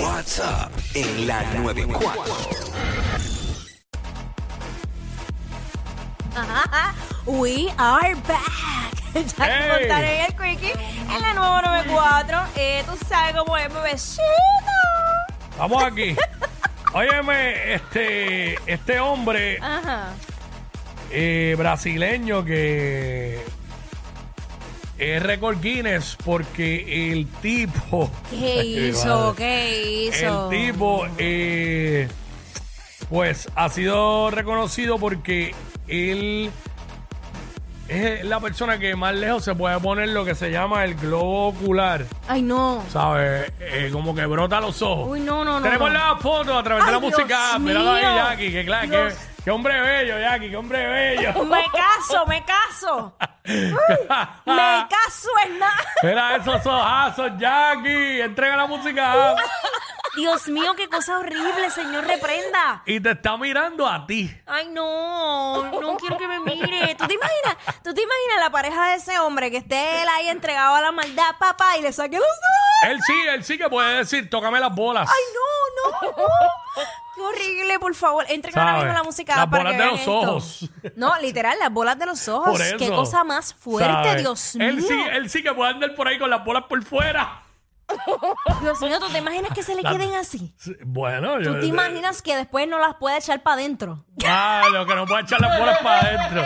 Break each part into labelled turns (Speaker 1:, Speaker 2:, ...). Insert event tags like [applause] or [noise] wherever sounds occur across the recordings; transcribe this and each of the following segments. Speaker 1: What's up en la 94.
Speaker 2: [laughs] We are back. [laughs] Jackie Fontana y el Quickie en la nueva 94. Eh, tú sabes cómo es, bebecito.
Speaker 3: Vamos aquí. Óyeme, este, este hombre
Speaker 2: Ajá.
Speaker 3: eh, brasileño que es récord Guinness porque el tipo,
Speaker 2: ¿Qué
Speaker 3: [laughs]
Speaker 2: hizo? ¿Qué hizo?
Speaker 3: el tipo, eh, pues ha sido reconocido porque él es la persona que más lejos se puede poner lo que se llama el globo ocular.
Speaker 2: Ay, no.
Speaker 3: ¿Sabes? Eh, como que brota los ojos.
Speaker 2: Uy, no, no, no,
Speaker 3: Tenemos
Speaker 2: no.
Speaker 3: la foto a través de
Speaker 2: Ay,
Speaker 3: la
Speaker 2: Dios
Speaker 3: música. Míralo ahí,
Speaker 2: mío.
Speaker 3: Jackie. Que claro,
Speaker 2: Dios.
Speaker 3: que, que hombre bello, Jackie. Que hombre bello.
Speaker 2: Me caso, me
Speaker 3: [laughs]
Speaker 2: caso. Me caso en nada.
Speaker 3: Mira esos ojazos, Jackie. Entrega la música.
Speaker 2: [laughs] Dios mío, qué cosa horrible, señor, reprenda.
Speaker 3: y te está mirando a ti.
Speaker 2: Ay, no, no quiero que me mire. ¿Tú te imaginas? ¿Tú te imaginas la pareja de ese hombre que esté él ahí entregado a la maldad, papá, y le saque los ojos?
Speaker 3: Él sí, él sí que puede decir, tócame las bolas.
Speaker 2: Ay, no, no,
Speaker 3: [laughs]
Speaker 2: no. Qué horrible, por favor. Entren ahora
Speaker 3: ¿Sabe?
Speaker 2: mismo la música.
Speaker 3: Las
Speaker 2: para
Speaker 3: bolas
Speaker 2: que
Speaker 3: de
Speaker 2: vean
Speaker 3: los
Speaker 2: esto.
Speaker 3: ojos.
Speaker 2: No, literal, las bolas de los ojos.
Speaker 3: Por eso.
Speaker 2: Qué cosa más fuerte,
Speaker 3: ¿Sabe?
Speaker 2: Dios mío.
Speaker 3: Él sí, él sí que puede andar por ahí con las bolas por fuera.
Speaker 2: Dios mío, ¿tú te imaginas que se le
Speaker 3: La-
Speaker 2: queden así?
Speaker 3: Sí, Bueno, yo.
Speaker 2: ¿Tú te imaginas que después no las puede echar para adentro?
Speaker 3: Ah, lo que no puede echar las bolas para adentro.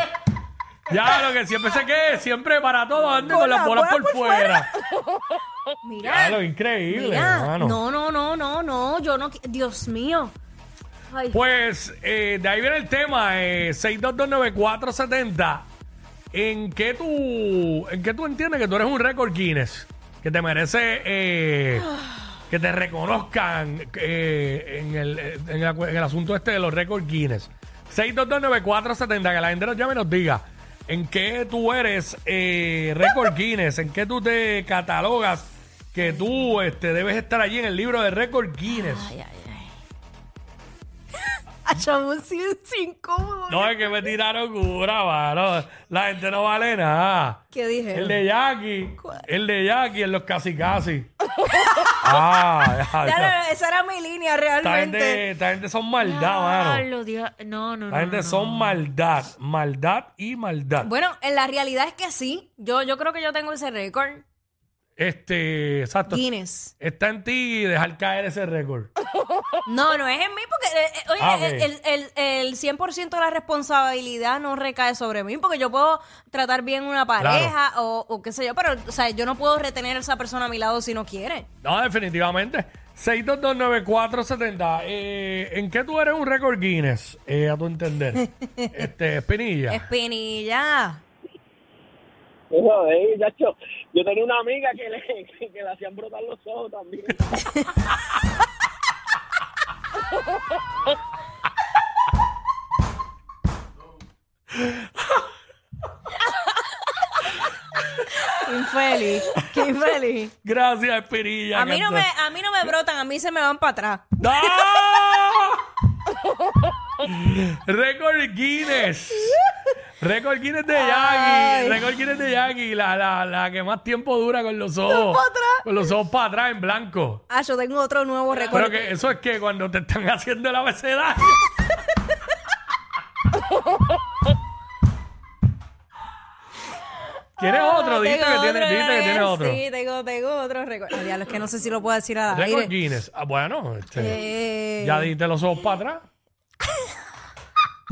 Speaker 3: Ya, lo que siempre sé que es, siempre para todo ande con, las bolas por, fuera. [laughs]
Speaker 2: Mira,
Speaker 3: Ya, lo increíble,
Speaker 2: mira.
Speaker 3: hermano.
Speaker 2: No, no, no, no, no. Yo no. qui- Dios mío. Ay,
Speaker 3: Pues eh, de ahí viene el tema, eh, 6229470. ¿En qué, tú, ¿En qué tú entiendes que tú eres un récord Guinness? Que te merece eh, que te reconozcan eh, en, el, en, la cu- en el asunto este de los récord Guinness. 6229470, que la gente nos llame y nos diga en qué tú eres eh, récord Guinness, en qué tú te catalogas que tú este, debes estar allí en el libro de récord Guinness.
Speaker 2: ay, ay. ay. Achamos sin, sin cómodo.
Speaker 3: No, es que me tiraron cura, mano. La gente no vale nada.
Speaker 2: ¿Qué dije?
Speaker 3: El de Jackie.
Speaker 2: ¿Cuál?
Speaker 3: El de Jackie en los
Speaker 2: [laughs]
Speaker 3: casi casi. ah, ya,
Speaker 2: Ya,
Speaker 3: ya.
Speaker 2: no, esa era mi línea
Speaker 3: Esta
Speaker 2: realmente.
Speaker 3: gente, esta gente son maldad, mano.
Speaker 2: Diablo, Dios. No, no, no.
Speaker 3: Esta gente
Speaker 2: no,
Speaker 3: son maldad. Maldad y maldad.
Speaker 2: no. Bueno, en la realidad es que sí. Yo, yo creo que yo tengo ese récord.
Speaker 3: Este, exacto.
Speaker 2: Guinness.
Speaker 3: Está en ti dejar caer ese récord.
Speaker 2: No, no es en mí porque, eh, eh, oye,
Speaker 3: Ah,
Speaker 2: el, el, el, el 100% de la responsabilidad no recae sobre mí porque yo puedo tratar bien una pareja o, o qué sé yo, pero o sea, yo no puedo retener a esa persona a mi lado si no quiere.
Speaker 3: No, definitivamente. 6229470. Eh, ¿En qué tú eres un récord Guinness? Eh, a
Speaker 2: [laughs]
Speaker 3: tu entender. este, Espinilla.
Speaker 2: Espinilla.
Speaker 4: Eso, eh, yacho. Yo tenía una amiga que le, [laughs] que, que le hacían brotar los ojos también.
Speaker 2: Infeliz. Qué [laughs] infeliz.
Speaker 3: Gracias, Espinilla.
Speaker 2: A mí, no me, a mí no me brotan, a mí se me van para atrás.
Speaker 3: ¡No! Récord Guinness. Récord Guinness de Yagi. Récord Guinness de Yagi. La, la, la que más tiempo dura con los ojos.
Speaker 2: para atrás.
Speaker 3: Con los ojos para atrás en blanco.
Speaker 2: Ah, yo tengo otro nuevo récord.
Speaker 3: Pero que eso es que cuando te están haciendo la vecedad. ¿Tienes otro? Dijiste
Speaker 2: Ah, Tengo
Speaker 3: que
Speaker 2: otro,
Speaker 3: tienes, dijiste que tienes otro.
Speaker 2: Sí, tengo, tengo otro récord. Ay, diablo, es que no sé si lo puedo decir al
Speaker 3: Récord
Speaker 2: aire.
Speaker 3: Guinness. Ah, bueno, este.
Speaker 2: Eh,
Speaker 3: Ya dijiste los ojos para atrás.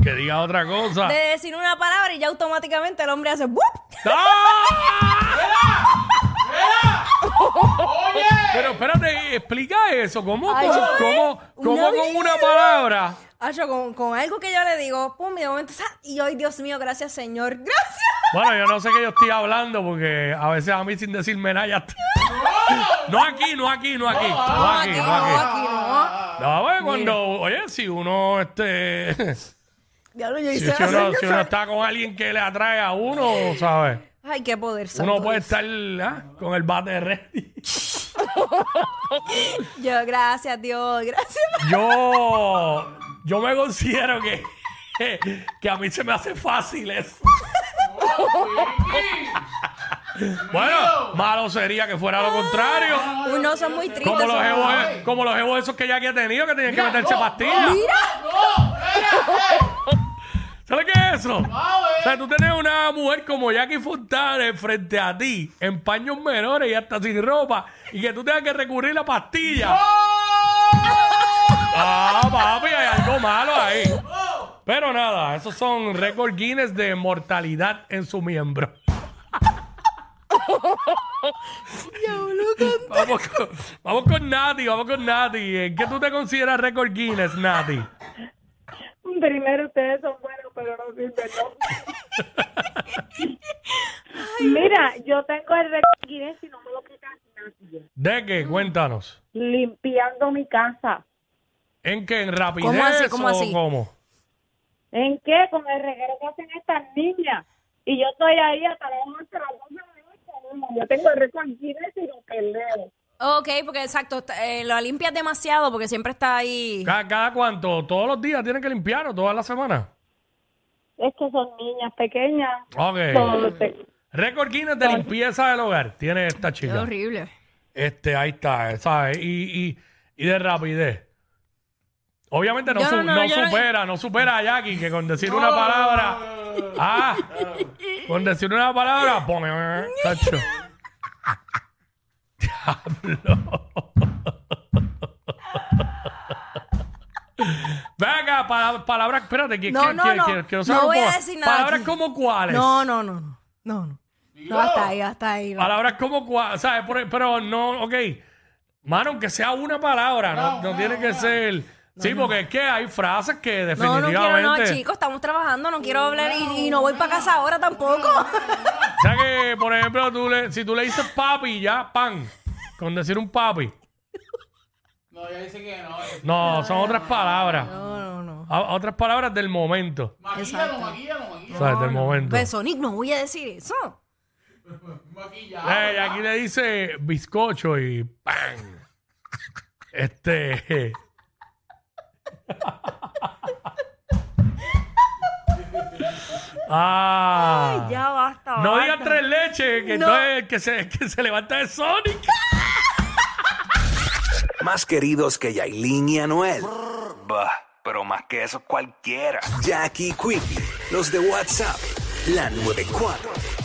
Speaker 3: que diga otra cosa.
Speaker 2: de decir una palabra y ya automáticamente el hombre hace ¡wup!
Speaker 3: ¡Ah! Pero espérate, explica eso. ¿Cómo,
Speaker 2: Ay,
Speaker 3: con-
Speaker 2: yo-
Speaker 3: cómo-
Speaker 2: una
Speaker 3: cómo con
Speaker 2: vez.
Speaker 3: una palabra?
Speaker 2: Acho, con, con algo que yo le digo, pum, y de momento, ¡sa! y hoy, Dios mío, gracias, Señor, gracias.
Speaker 3: Bueno, yo no sé qué yo estoy hablando porque a veces a mí sin decirme nada ya está. No aquí, no aquí, no aquí. No
Speaker 2: No,
Speaker 3: aquí,
Speaker 2: aquí
Speaker 3: no aquí.
Speaker 2: no.
Speaker 3: No, porque cuando, oye, si uno este [laughs]
Speaker 2: Diablo, yo
Speaker 3: si,
Speaker 2: hice
Speaker 3: si
Speaker 2: la
Speaker 3: uno,
Speaker 2: señal.
Speaker 3: si uno está con alguien que le atrae a uno, ¿sabes?
Speaker 2: Ay, qué poder santo
Speaker 3: Uno puede
Speaker 2: Dios.
Speaker 3: estar ah, con el bate ready.
Speaker 2: Yo, gracias, Dios. Gracias.
Speaker 3: Yo, yo me considero que, que a mí se me hace fácil eso. bueno, malo sería que fuera lo contrario.
Speaker 2: Unos son muy tristes.
Speaker 3: Como los eh.
Speaker 2: otros
Speaker 3: jevos,
Speaker 2: no.
Speaker 3: como los jevos esos que ya que he tenido que tenían que meterse pastillas. ¿Sabes qué es eso? o sea, tú tienes una mujer como Jackie Fontane frente a ti, en paños menores y hasta sin ropa, y que tú tengas que recurrir a pastillas. Ah, papi, hay algo malo ahí. Pero nada, esos son récord Guinness de mortalidad en su miembro. vamos, con, vamos con Nati, vamos con Nati. ¿En qué tú te consideras récord Guinness, Nati?
Speaker 5: Primero ustedes son buenos, pero no sirven. ¿no? Mira, yo tengo el récord Guinness y no me lo quita nadie.
Speaker 3: ¿De qué? Cuéntanos.
Speaker 5: Limpiando mi casa.
Speaker 3: ¿En qué? ¿En rapidez
Speaker 2: ¿Cómo así? ¿Cómo
Speaker 3: o
Speaker 2: así?
Speaker 3: cómo?
Speaker 5: ¿En qué? Con el reguero que hacen estas niñas. Y yo estoy ahí hasta las 8, las 12 de la noche. no, Yo tengo el récord Guinness y lo peleo.
Speaker 2: Ok, porque exacto, está- eh, lo limpias demasiado porque siempre está ahí.
Speaker 3: ¿Cada, cada cuánto? ¿Todos los días tienen que limpiar o todas las semanas?
Speaker 5: Es que son niñas pequeñas.
Speaker 3: Ok.
Speaker 5: Son- te-
Speaker 3: Récord Guinness de limpieza del hogar tiene esta
Speaker 2: Qué
Speaker 3: chica.
Speaker 2: horrible.
Speaker 3: Este, ahí está, ¿sabes? Y, y, y de rapidez. Obviamente no,
Speaker 2: Yo
Speaker 3: su-
Speaker 2: no, no,
Speaker 3: no
Speaker 2: yo no-
Speaker 3: supera, no supera a Jackie que con decir una palabra. Ah, con decir una palabra, pone. Tacho. Diablo. [laughs] Venga, pala- palabras, espérate, que,
Speaker 2: No,
Speaker 3: que-
Speaker 2: no,
Speaker 3: que-
Speaker 2: no.
Speaker 3: que- que
Speaker 2: No
Speaker 3: saber
Speaker 2: voy a
Speaker 3: cómo-
Speaker 2: decir nada
Speaker 3: Palabras
Speaker 2: aquí.
Speaker 3: como cuáles.
Speaker 2: No, no, no, no. No, no. No, hasta ahí, hasta ahí. no.
Speaker 3: [laughs] Palabras como cua- ¿sabes? Por- Pero no, ok. Mano, aunque sea una palabra, no, no tiene que ser. sí, porque es que hay frases
Speaker 2: No,
Speaker 3: que
Speaker 2: no
Speaker 3: definitivamente.
Speaker 2: quiero, no, chicos, estamos trabajando, no quiero hablar y, y no voy para casa ahora tampoco.
Speaker 3: O sea que, por ejemplo, tú le- si tú le dices papi, ya, pan, con decir un papi.
Speaker 6: No, ya dice que no.
Speaker 3: No, son otras palabras.
Speaker 2: No, no, no.
Speaker 3: A- otras palabras del momento.
Speaker 6: Maquíllalo, maquíllalo, maquíllalo.
Speaker 3: ¿Sabes? Del momento.
Speaker 2: Pues Sonic, no voy a decir eso.
Speaker 6: Maquillado.
Speaker 3: Eh, y aquí le dice bizcocho y pan. Este. [laughs] ah.
Speaker 2: Ya basta.
Speaker 3: no
Speaker 2: basta.
Speaker 3: digas tres leches, que
Speaker 2: No.
Speaker 3: entonces el que se, el que se levanta de Sonic.
Speaker 1: Más queridos que Yailin y Anuel. Bah, pero más que eso cualquiera. Jackie Quickie, los de WhatsApp, la 94.